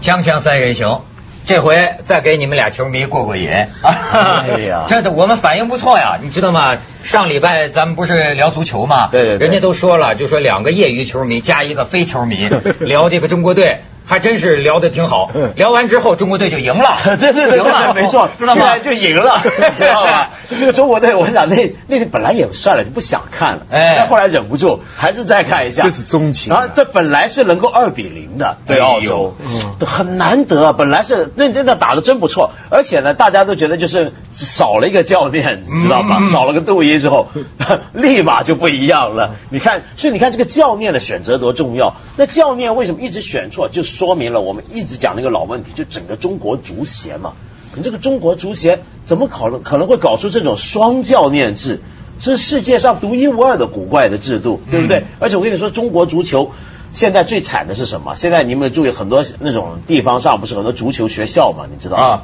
锵锵三人行，这回再给你们俩球迷过过瘾。哎呀 这这我们反应不错呀，你知道吗？上礼拜咱们不是聊足球吗？对对对人家都说了，就说两个业余球迷加一个非球 迷聊这个中国队。还真是聊得挺好，聊完之后中国队就赢了，嗯 对对对，赢了，啊没 错，知道居吗？然就赢 了，知道吧？ 这个中国队，我想那那本来也算了，就不想看了，哎但后来忍不住还是再看一下，这是钟情啊然后这本来是能够二比零的对哎呦澳洲，很难得啊，本来是那那那打的真不错，而且呢，大家都觉得就是少了一个教练，你知道吧？嗯少了个杜伊之后， 立马就不一样了。你看，所以你看这个教练的选择多重要。那教练为什么一直选错，就说明了我们一直讲那个老问题，就整个中国足协嘛，你这个中国足协怎么考可能会搞出这种双教练制？这是世界上独一无二的古怪的制度，对不嗯对？而且我跟你说，中国足球现在最惨的是什么？现在你有没有注意，很多那种地方上不是很多足球学校嘛？你知道吗啊，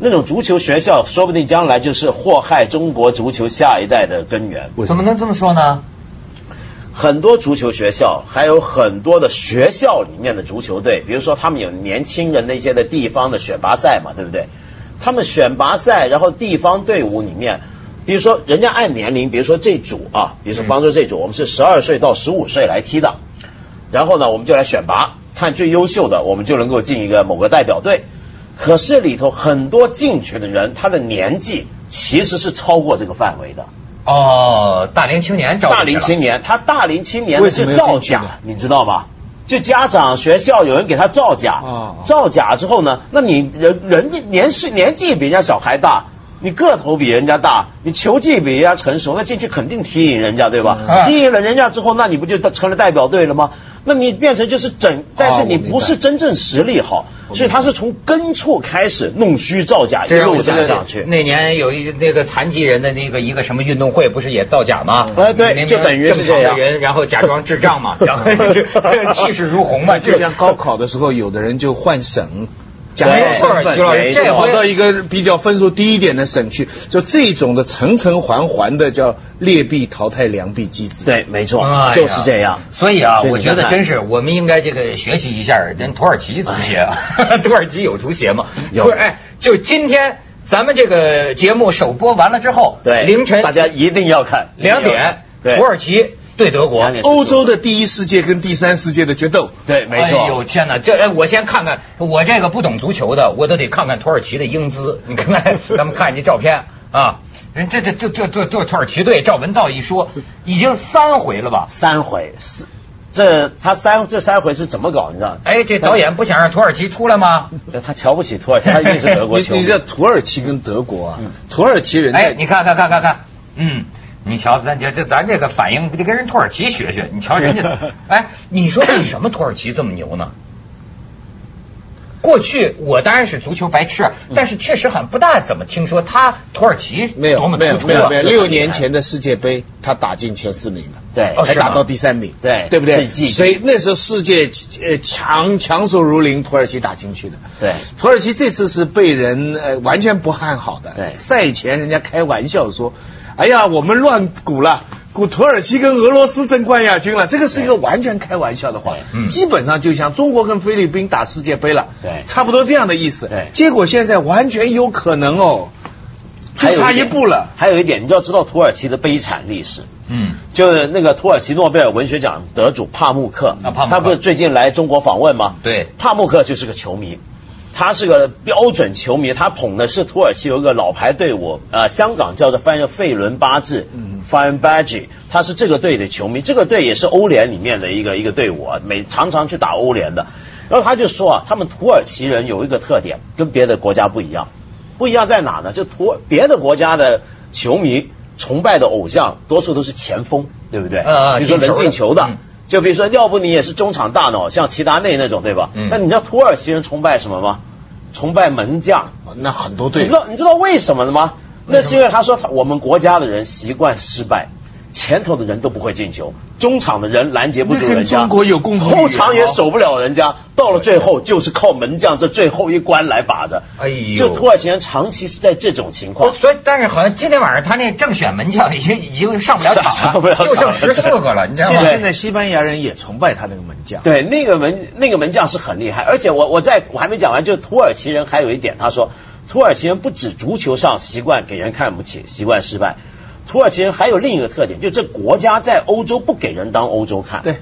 那种足球学校，说不定将来就是祸害中国足球下一代的根源。怎么能这么说呢？很多足球学校，还有很多的学校里面的足球队，比如说他们有年轻人的一些的地方的选拔赛嘛，对不对？他们选拔赛，然后地方队伍里面，比如说人家按年龄，比如说这组啊，比如说方舟这组，我们是十二岁到十五岁来踢的，然后呢，我们就来选拔，看最优秀的，我们就能够进一个某个代表队。可是里头很多进去的人，他的年纪其实是超过这个范围的。哦，大龄青年招大龄青年，他大龄青年为呢什么是要造进去呢假，你知道吗？就家长、学校有人给他造假哦，造假之后呢，那你人人家年岁年纪比人家小孩大，你个头比人家大，你球技比人家成熟，那进去肯定踢赢人家，对吧？嗯踢赢了人家之后，那你不就成了代表队了吗？那你变成就是整，啊但是你不是真正实力好，所以他是从根处开始弄虚造假，一这让路我想下想上去。那年有一那个残疾人的那个一个什么运动会，不是也造假吗？哎对明明就等于是正常这的样人，然后假装智障 嘛，然后就 气势如虹嘛，就像高考的时候，有的人就换省。假没冒错身份，徐老师这回跑到一个比较分数低一点的省去，就这种的层层环环的叫劣币淘汰良币机制。对，没错哎呀，就是这样。所以啊，所以我你觉看得看真是，我们应该这个学习一下人土耳其足协啊， 土耳其有足协吗？哎有不是，哎，就今天咱们这个节目首播完了之后，对，凌晨大家一定要看两点，对土耳其对德国两。点欧洲的第一世界跟第三世界的决斗，对，没错。哎呦天哪，这哎我先看看，我这个不懂足球的，我都得看看土耳其的英姿。 你看看，咱们看这照片啊，人这这这这这这土耳其队，赵文道一说，已经三回了吧？三回是这他三这三回是怎么搞？你 知道？哎，这导演不想让土耳其出来吗？这他瞧不起土耳其，他一定是德国你球迷你知道土耳其跟德国啊，土耳其人哎，在你看看看看看，嗯，你瞧咱这这咱这个反应，得跟人土耳其学学。你瞧人 家，哎，你说为什么土耳其这么牛呢？过去我当然是足球白痴啊，但是确实很不大怎么听说他土耳其嗯没有多么没有突出没有啊没有，六年前的世界杯他打进前四名了。对哦还是吗打到第三名，对对不最对？近所以那时候世界呃强强手如林，土耳其打进去的。对土耳其这次是被人呃完全不看好的。对赛前人家开玩笑说：“哎呀，我们乱鼓了。”鼓土耳其跟俄罗斯争冠亚军了，这个是一个完全开玩笑的话对，嗯基本上就像中国跟菲律宾打世界杯了，对差不多这样的意思。对结果现在完全有可能哦，还就有差一点步了。还有一点，你就要知道土耳其的悲惨历史。嗯，就是那个土耳其诺贝尔文学奖得主帕慕克，啊帕慕克他不是最近来中国访问吗？对帕慕克就是个球迷，他是个标准球迷，他捧的是土耳其有一个老牌队伍，呃，香港叫做翻译费伦巴治嗯 f e n b a g i 他是这个队的球迷，这个队也是欧联里面的一个一个队伍啊，每常常去打欧联的。然后他就说啊，他们土耳其人有一个特点，跟别的国家不一样，不一样在哪呢？就土别的国家的球迷崇拜的偶像，多数都是前锋，对不对？呃比如进球说能的进球的嗯，就比如说要不你也是中场大脑，像齐达内那种，对吧？嗯那你知道土耳其人崇拜什么吗？崇拜门将。那很多你队知道你知道为什么的吗？为什么那是因为他说他我们国家的人习惯失败，前头的人都不会进球，中场的人拦截不住那跟人家，中国有共同语言后场也哦守不了人家，到了最后就是靠门将这最后一关来把着。哎呦就土耳其人长期是在这种情况我。所以，但是好像今天晚上他那正选门将已经已经上不了场了，上不了场了就剩十四个了，你知道现吗？在现在西班牙人也崇拜他那个门将，对，那个门那个门将是很厉害，而且我我在我还没讲完，就土耳其人还有一点，他说土耳其人不止足球上习惯给人看不起，习惯失败，土耳其人还有另一个特点，就这国家在欧洲不给人当欧洲看。对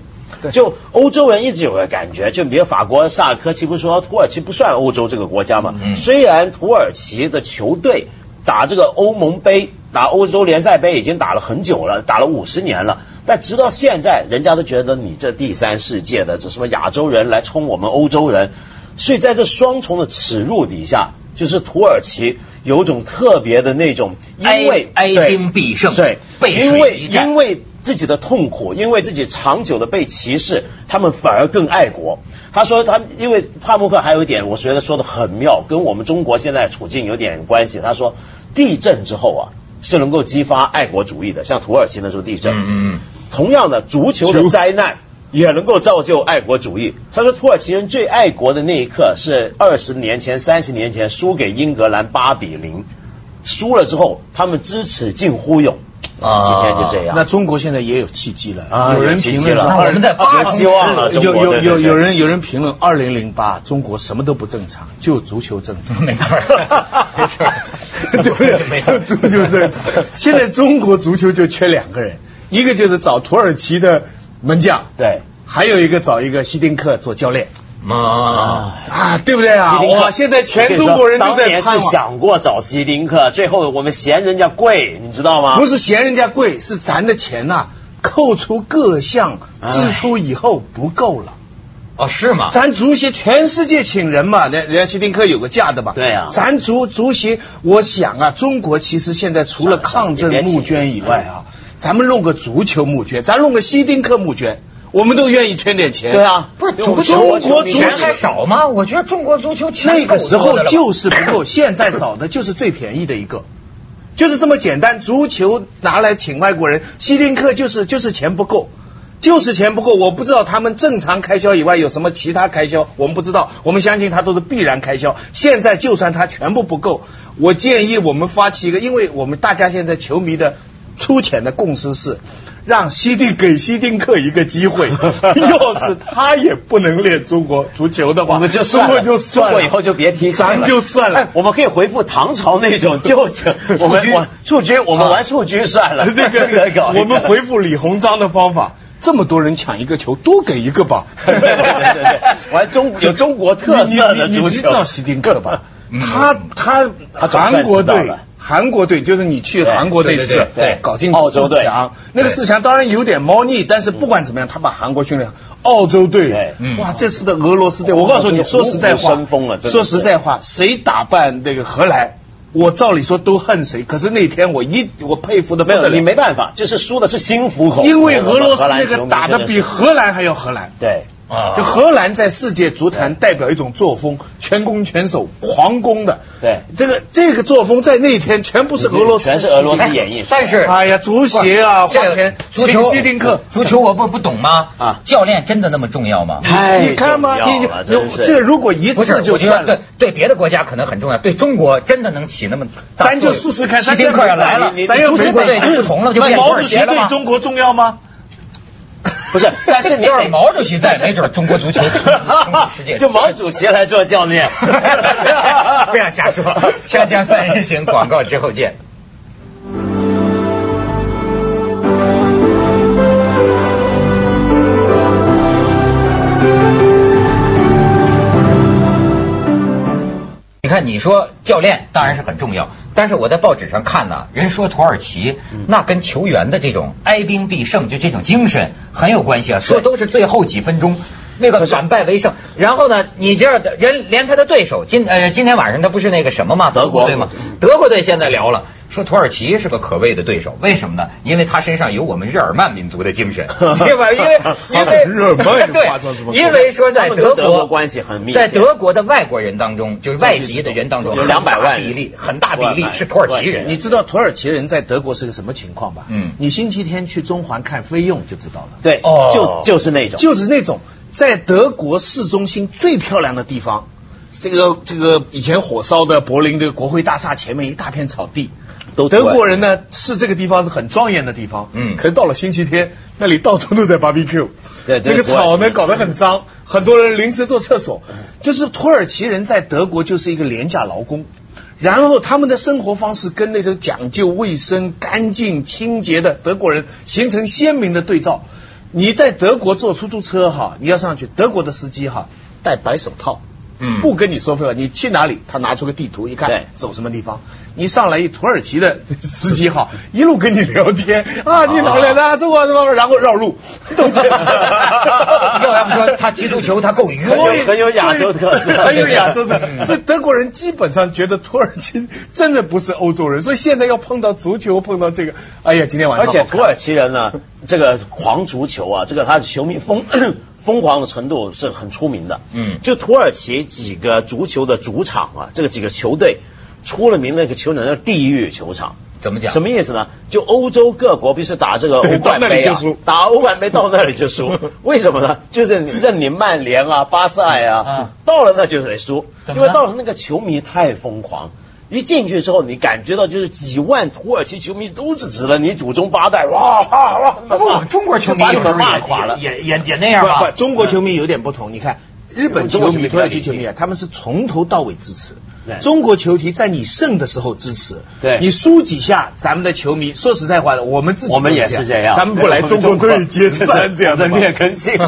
对就欧洲人一直有个感觉，就比如法国萨尔科齐不是说土耳其不算欧洲这个国家嘛？嗯虽然土耳其的球队打这个欧盟杯、打欧洲联赛杯已经打了很久了，打了五十年了，但直到现在，人家都觉得你这第三世界的这什么亚洲人来冲我们欧洲人，所以在这双重的耻辱底下，就是土耳其有种特别的那种，因为哀对哀兵必胜对，背水因为一战因为自己的痛苦，因为自己长久的被歧视，他们反而更爱国。他说他因为帕慕克还有一点，我觉得说的很妙，跟我们中国现在处境有点关系。他说地震之后啊。是能够激发爱国主义的，像土耳其那时候地震，嗯嗯嗯同样的，足球的足灾难也能够造就爱国主义。他说，土耳其人最爱国的那一刻是二十年前、三十年前输给英格兰八比零，输了之后，他们知耻近乎勇，啊今天就这样。那中国现在也有契机了，啊有人有契机评论说了二我们在八有重希望了，有中国有对对有对有人有人评论，二零零八中国什么都不正常，就足球正常。，嗯没错儿，没错儿 嗯对不没错儿对？就足球正常。现在中国足球就缺两个人，一个就是找土耳其的门将，对还有一个找一个希丁克做教练啊，啊，对不对啊？希丁克哇，现在全中国人都当在年盼是望，想过找希丁克，最后我们嫌人家贵，你知道吗？不是嫌人家贵，是咱的钱呐、扣除各项哎支出以后不够了。哦，是啊吗？咱足协全世界请人嘛，人人家希丁克有个假的嘛。对啊咱足足协，我想啊，中国其实现在除了抗争募捐以外哎啊，咱们弄个足球募捐，咱弄个希丁克募捐，我们都愿意捐点钱。对啊，不是我们中国球迷足钱球还少吗？我觉得中国足球钱那个时够多候的了就是不够，现在找的就是最便宜的一个，就是这么简单。足球拿来请外国人，希丁克就是就是钱不够。就是钱不够，我不知道他们正常开销以外有什么其他开销，我们不知道。我们相信他都是必然开销。现在就算他全部不够，我建议我们发起一个，因为我们大家现在球迷的粗浅的共识是，让希丁给希丁克一个机会。 要是他也不能练中国足球的话，我们就中算国了，就算了，中国以后就别提起来了咱们就算了哎。我们可以回复唐朝那种， 就是我们蹴鞠我蹴鞠，我们玩蹴鞠算了，啊 那来个哎 搞一，个我们回复李鸿章的方法，这么多人抢一个球，多给一个吧。 对对对对对玩中有中国特色的你你你足你知球道希丁克吧嗯？他他他总算韩国知道队了。韩国队就是你去对韩国队对对是对对搞进澳洲四队强，那个对四强当然有点猫腻，但是不管怎么样，他把韩国训练好。澳洲对队嗯，哇，这次的俄罗斯队，我告诉你，哦说实在虎话虎生风了真的是说实在话，谁打败那个荷兰，我照理说都恨谁，可是那天我一我佩服的不没有得你了。没办法，就是输的是心服口服。因为俄罗斯我那们荷兰球个迷打真的是比荷兰还要荷兰。对啊，就荷兰在世界足坛代表一种作风，全攻全守，狂攻的。对这个这个作风在那一天全部是俄罗斯，全是俄罗斯演绎出来但的，是哎呀，足协啊，这花个钱足请球希丁克。足球我不不懂吗？啊教练真的那么重要吗？太你看嘛，你重你要了真你是这如果一不是，次就我觉得算对了，对别的国家可能很重要，对中国真的能起那么大作咱用就试试看。希咱丁现克在要来了，你你咱又你没中国办法队不同了就变毛成主席杰了对吗中国重要吗？不是？但是你 要得是毛主席在，没准中国足球冲击世界。 就毛主席来做教练 ，不想瞎 说。锵锵三人行，广告之后见。你看，你说教练当然是很重要，但是我在报纸上看呢、人说土耳其嗯那跟球员的这种哀兵必胜，就这种精神很有关系啊。说都是最后几分钟那个反败为胜，然后呢，你这样的人连他的对手今呃今天晚上他不是那个什么嘛，德国嗯对吗？德国队现在聊了，说土耳其是个可畏的对手，为什么呢？因为他身上有我们日耳曼民族的精神， 对吧？因为因为日耳曼话说什么 对，因为说在他们德国跟德国关系很密切在德国的外国人当中，就是外籍的人当中，有很200万大比例，很大比例万是土耳其人。你知道土耳其人在德国是个什么情况吧？嗯你星期天去中环看菲佣就知道了， 对，哦就就是那种，就是那种在德国市中心最漂亮的地方，这个这个以前火烧的柏林的国会大厦前面一大片草地。都德国人呢，是这个地方是很庄严的地方，嗯可是到了星期天，那里到处都在 barbecue，对对那个草呢土耳其搞得很脏，很多人临时做厕所，就是土耳其人在德国就是一个廉价劳工，然后他们的生活方式跟那种讲究卫生、干净、清洁的德国人形成鲜明的对照。你在德国坐出租车哈，你要上去，德国的司机哈戴白手套，嗯 不跟你收费了，你去哪里，他拿出个地图一看对，走什么地方。你上来一土耳其的 司机哈，一路跟你聊天啊，你哪来的？中国什么？然后绕路，都这样要要不说他踢足球他够所冤。以很有亚洲特色所以很有亚洲特色。所以德国人基本上觉得土耳其真的不是欧洲人，所以现在要碰到足球，碰到这个，哎呀，今天晚上而且好土看耳其人呢，这个狂足球啊，这个他的球迷疯疯狂的程度是很出名的。嗯就土耳其几个足球的主场啊，这个几个球队出了名的一个球场叫地狱球场。怎么讲？什么意思呢？就欧洲各国，必须打这个欧对冠到那里杯啊就输，打欧冠杯到那里就输。为什么呢？就是任你曼联啊、巴塞嗯啊，到了那就得输，怎因么了为到了那个球迷太疯狂。一进去之后，你感觉到就是几万土耳其球迷都是指着你祖宗八代，哇哇哇！不，我们中国球迷就把有时你们候骂垮了。也也也也那样啊不吧不，。中国球迷有点不同，你看。日本球迷、土耳其球迷啊，他们是从头到尾支持对。中国球迷在你胜的时候支持，对你输几下，咱们的球迷说实在话的，我们自己我们也是这样咱们不来中国队接战这样的 我吗们劣根性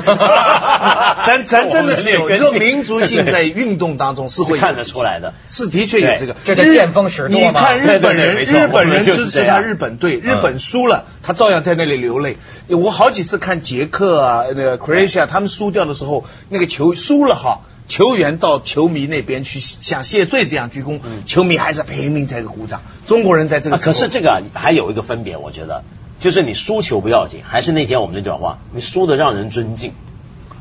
咱咱真的是有一我个们劣根性民族性在运动当中是会有是看得出来的是的确有这个。对这叫见风使舵嘛日你看日本人，对对对没错日本人我们就是支这持他样嗯日本队，日本输了，他照样在那里流泪。我好几次看捷克啊，那个 Croatia 他们输掉的时候，那个球输了哈。球员到球迷那边去像谢罪这样鞠躬，球迷还是拼命在鼓掌。中国人在这嗯个啊时候，可是这个啊还有一个分别，我觉得就是你输球不要紧，还是那天我们那段话，你输的让人尊敬。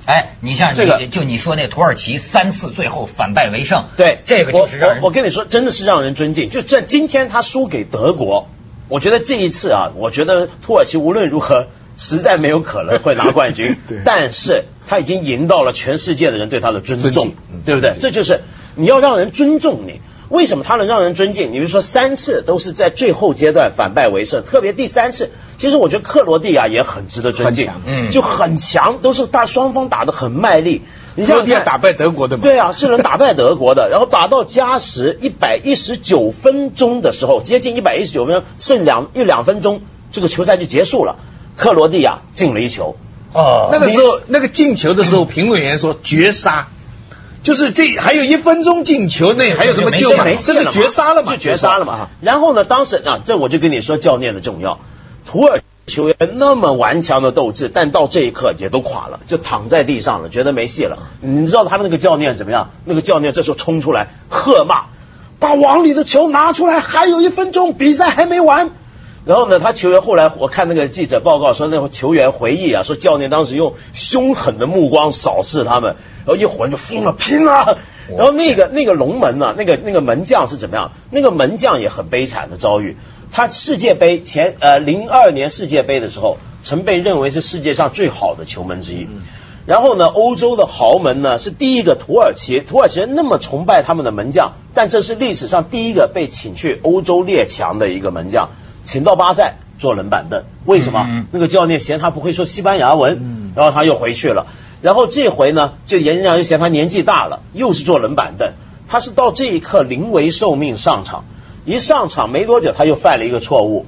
哎，你像你这个就你说那土耳其三次最后反败为胜，对，这个就是让人我我我跟你说，真的是让人尊敬。就这今天他输给德国，我觉得这一次啊，我觉得土耳其无论如何实在没有可能会拿冠军 对，但是他已经赢到了全世界的人对他的尊重，尊敬嗯对不对？这就是你要让人尊重你。为什么他能让人尊敬？你比如说三次都是在最后阶段反败为胜，特别第三次，其实我觉得克罗地亚也很值得尊敬很强，嗯就很强，都是大双方打得很卖力。你克像罗地亚打败德国的嘛对啊，是能打败德国 的，然后打到加时一百一十九分钟的时候，接近一百一十九分钟，剩两一两分钟，这个球赛就结束了。克罗地亚进了一球，哦，那个时候那个进球的时候，评论员说绝杀，就是这还有一分钟进球，那还有什么救吗？没事这了是嘛绝杀了嘛？就绝杀了嘛。哈然后呢，当时啊，这我就跟你说教练的重要，土耳其球员那么顽强的斗志，但到这一刻也都垮了，就躺在地上了，觉得没戏了。你知道他们那个教练怎么样？那个教练这时候冲出来喝骂，把网里的球拿出来，还有一分钟，比赛还没完。然后呢，他球员后来我看那个记者报告说，那个球员回忆啊，说教练当时用凶狠的目光扫视他们，然后一会儿就疯了，拼了。然后那个那个龙门呢、啊那个那个门将是怎么样？那个门将也很悲惨的遭遇。他世界杯前呃零二年世界杯的时候，曾被认为是世界上最好的球门之一。然后呢，欧洲的豪门呢是第一个土耳其，土耳其人那么崇拜他们的门将，但这是历史上第一个被请去欧洲列强的一个门将，请到巴塞坐冷板凳，为什么？嗯嗯嗯那个教练嫌他不会说西班牙文，然后他又回去了。然后这回呢，这人家又嫌他年纪大了，又是坐冷板凳。他是到这一刻临危受命上场，一上场没多久他又犯了一个错误，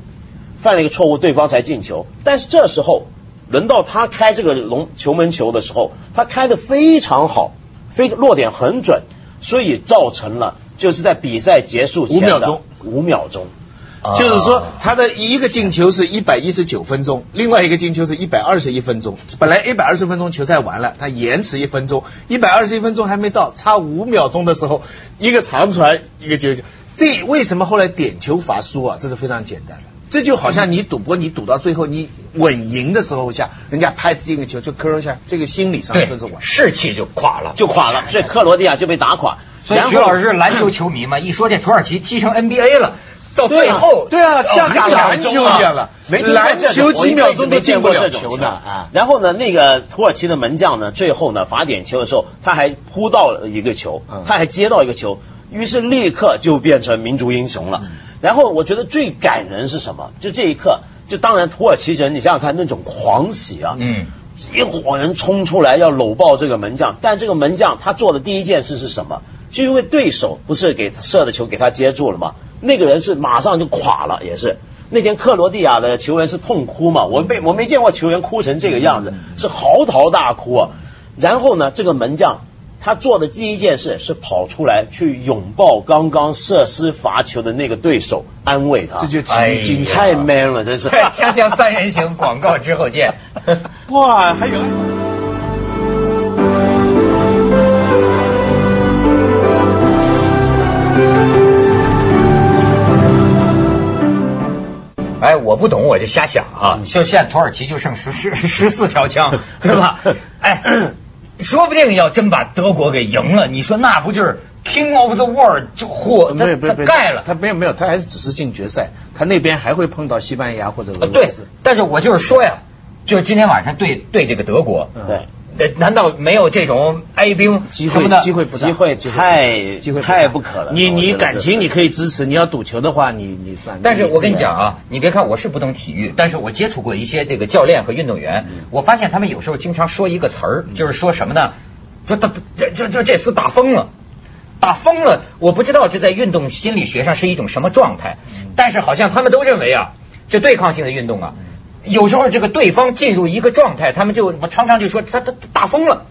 犯了一个错误，对方才进球。但是这时候轮到他开这个龙球门球的时候，他开的非常好，非落点很准，所以造成了就是在比赛结束前的五秒钟，五秒钟。啊哦就是说，他的一个进球是一百一十九分钟，另外一个进球是一百二十一分钟。本来一百二十分钟球赛完了，他延迟一分钟，一百二十一分钟还没到，差五秒钟的时候，一个长传，一个进球。这为什么后来点球乏输啊？这是非常简单的，这就好像你赌博，你赌到最后你稳赢的时候下，人家拍进个球就磕一下，这个心理上对真是完。士气就垮了。就垮了，所以克罗地亚就被打垮。所以然徐后老师是篮球球迷嘛，一说这土耳其踢成 NBA 了，到对最啊后对啊，哦像打打篮中球啊一样了，没听过篮这种球我几一秒辈子钟没都见进不过了这种球球的啊啊。。然后呢，那个土耳其的门将呢，最后呢罚点球的时候，他还扑到了一个球嗯，他还接到一个球，于是立刻就变成民族英雄了。然后我觉得最感人是什么？就这一刻，就当然土耳其人，你想想看那种狂喜啊，嗯，一伙人冲出来要搂抱这个门将，但这个门将他做的第一件事是什么？就因为对手不是给射的球给他接住了吗？那个人是马上就垮了，也是。那天克罗地亚的球员是痛哭嘛，我没我没见过球员哭成这个样子，是嚎啕大哭啊。然后呢，这个门将他做的第一件事是跑出来去拥抱刚刚射失罚球的那个对手，安慰他。这就体哎育精神。太 man 了，真是。在《锵锵三人行》广告之后见。哇，还有。嗯哎，我不懂，我就瞎想啊。就现在土耳其就剩十十十四条枪，对吧？哎，说不定要真把德国给赢了，你说那不就是 King of the World 就获没他有没有没他有盖了？他没有没有，他还是只是进决赛，他那边还会碰到西班牙或者俄呃罗对斯。，但是我就是说呀，就是今天晚上对对这个德国，嗯对。呃难道没有这种哀兵机什么会的机会不大，机会太机会太大不可能你我觉你得感这情你可以支持，你要赌球的话，你你算。但是我跟你讲啊，啊，你别看我是不懂体育，但是我接触过一些这个教练和运动员，我发现他们有时候经常说一个词儿，就是说什么呢？说他这这这这次打疯了。打疯了，我不知道这在运动心理学上是一种什么状态，但是好像他们都认为啊，这对抗性的运动啊，有时候这个对方进入一个状态，他们就我常常就说他他他打疯了，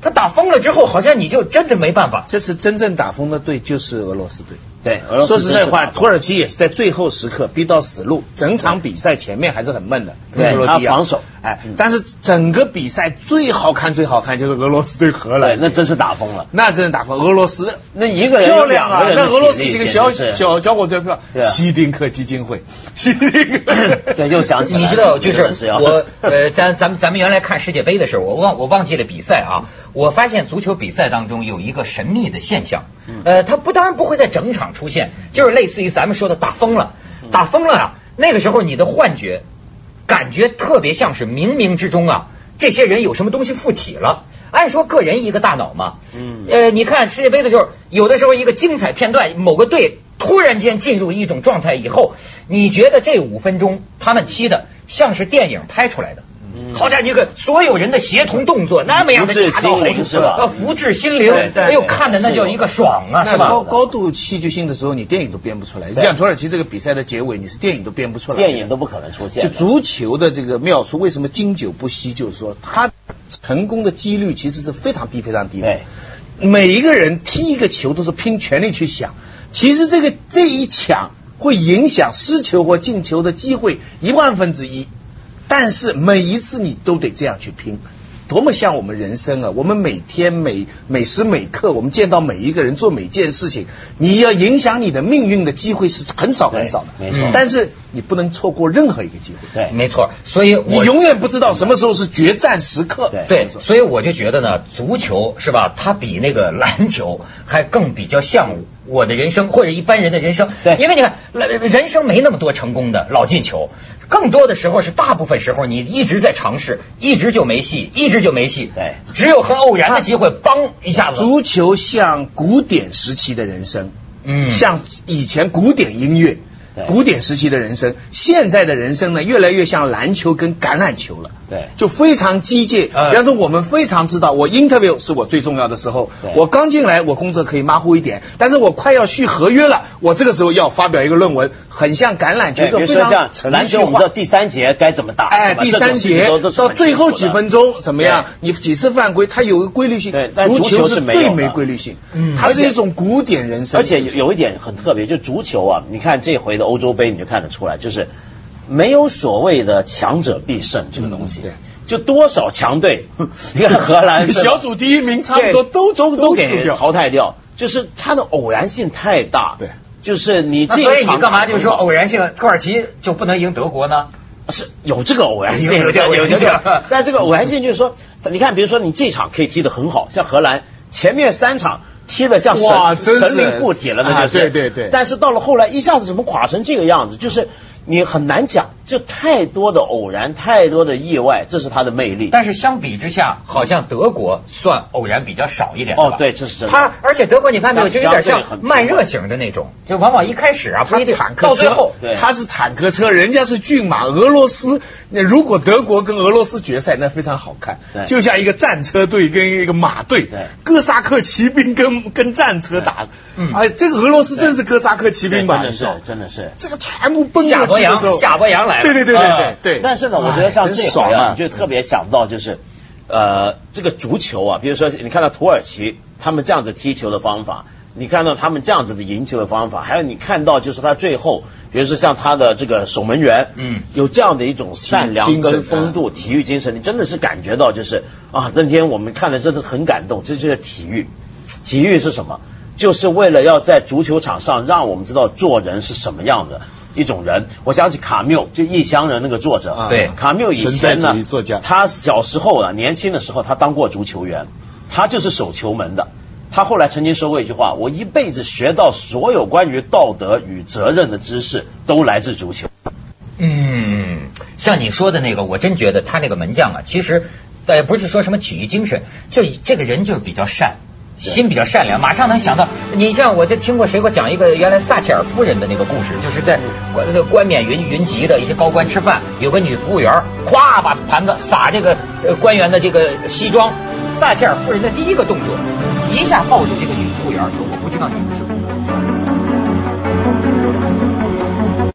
他打疯了之后，好像你就真的没办法。这次真正打风的队就是俄罗斯队。对，俄罗斯说实在真话，是土耳其也是在最后时刻逼到死路，整场比赛前面还是很闷的，对跟克罗地亚他防守嗯哎，但是整个比赛最好看最好看就是俄罗斯对荷打对，兰，那真是打疯了。那真的打疯俄罗斯。那一个人漂有亮两啊个！人的那体力俄罗斯几个小简直是小小伙子漂对啊亮，希丁克基金 会，希丁克，对，又想起啊来了你知道，就真的是是要我呃，咱咱们咱们原来看世界杯的时候，我忘我忘记了比赛嗯啊。我发现足球比赛当中有一个神秘的现象，嗯呃，它不当然不会在整场出现，就是类似于咱们说的打疯了，嗯打疯了啊，那个时候你的幻觉感觉特别像是冥冥之中啊，这些人有什么东西附体了。按说个人一个大脑嘛，嗯呃，你看世界杯的时候，有的时候一个精彩片段，某个队突然间进入一种状态以后，你觉得这五分钟他们踢的像是电影拍出来的。嗯好像一个所有人的协同动作那么样的福至恰到好心灵处，是吧呃，福至心灵对，对哎呦，对看的那叫一个爽啊，那是吧？高高度戏剧性的时候，你电影都编不出来。像土耳其这个比赛的结尾，你是电影都编不出来。电影都不可能出现就的。足球的这个妙处，为什么经久不息？就是说，它成功的几率其实是非常低、非常低的对。每一个人踢一个球都是拼全力去想，其实这个这一抢会影响失球或进球的机会一万分之一，但是每一次你都得这样去拼。多么像我们人生啊！我们每天每每时每刻，我们见到每一个人做每件事情，你要影响你的命运的机会是很少很少的。对没错但是你不能错过任何一个机会。对，没错，所以你我永远不知道什么时候是决战时刻。对对，所以我就觉得呢，足球是吧？它比那个篮球还更比较像我的人生或者一般人的人生。对因为你看，人人生没那么多成功的老进球，更多的时候是大部分时候你一直在尝试，一直就没戏，一直就没戏。对，只有很偶然的机会，梆一嗯下子。足球像古典时期的人生，嗯像以前古典音乐对、古典时期的人生，现在的人生呢，越来越像篮球跟橄榄球了。对就非常机械。嗯比方说，我们非常知道，我 interview 是我最重要的时候对。我刚进来，我工作可以马虎一点，但是我快要续合约了，我这个时候要发表一个论文，很像橄榄球，哎对，比就如非说常像程篮序球，我们化知道。第三节该怎么打，哎，是吧第这三节种事情都是到很清最后楚的几分钟怎么样？你几次犯规，它有个规律性对。但足球球是没有最的没规律性嗯，它是一种古典人生。而且有有一点很特别，就足球啊，你看这回的欧洲杯你就看得出来，就是没有所谓的强者必胜这个东西嗯对，就多少强队， 你看荷兰是吧小组第一名差不多对都都都给输掉淘汰掉，就是它的偶然性太大。对。就是你那这所一以场你干嘛就说偶然性土耳其就不能赢德国呢？是有这个偶然性，有这个偶然性有这个，但这个偶然性就是说，你看，比如说你这场可以踢得很好，像荷兰前面三场踢得像神哇真是神灵护体了，那就是、啊对对对但是到了后来，一下子怎么垮成这个样子，就是你很难讲，就太多的偶然，太多的意外，这是它的魅力。但是相比之下，好像德国算偶然比较少一点的吧哦，对，这是真的。他而且德国你发现没有，就有点相对很像慢热型的那种，就往往一开始啊不他一定坦，克到最车后，对他是坦克车，人家是骏马。俄罗斯，那如果德国跟俄罗斯决赛，那非常好看对，就像一个战车队跟一个马队对，哥萨克骑兵跟跟战车打。嗯哎，这个俄罗斯真是哥萨克骑对兵吧？真的你是说，真的是。这个全部奔夏过伯去的阳时候，夏伯阳来了对对对对啊对对。但是呢，我觉得像哎这真回爽啊，啊！就特别想到就是，呃，这个足球啊，比如说你看到土耳其他们这样子踢球的方法，你看到他们这样子的赢球的方法，还有你看到就是他最后，比如说像他的这个守门员，嗯有这样的一种善良精神跟风度、体育精神，你真的是感觉到就是啊，那天我们看的真的很感动，这就是体育。体育是什么？就是为了要在足球场上让我们知道做人是什么样的一种人。我想起卡缪，就《异乡人》那个作者，啊对卡缪以前存在呢主义作家，他小时候啊，年轻的时候他当过足球员，他就是守球门的。他后来曾经说过一句话：“我一辈子学到所有关于道德与责任的知识，都来自足球。嗯，像你说的那个，我真觉得他那个门将啊，其实也不是说什么体育精神，就这个人就是比较善。心比较善良，马上能想到。你像我就听过谁给我讲一个原来撒切尔夫人的那个故事，就是在冠那个冠冕云云集的一些高官吃饭，有个女服务员儿，咵把盘子撒这个呃官员的这个西装，撒切尔夫人的第一个动作，一下抱住这个女服务员儿说：“我不知道你们是故意的。”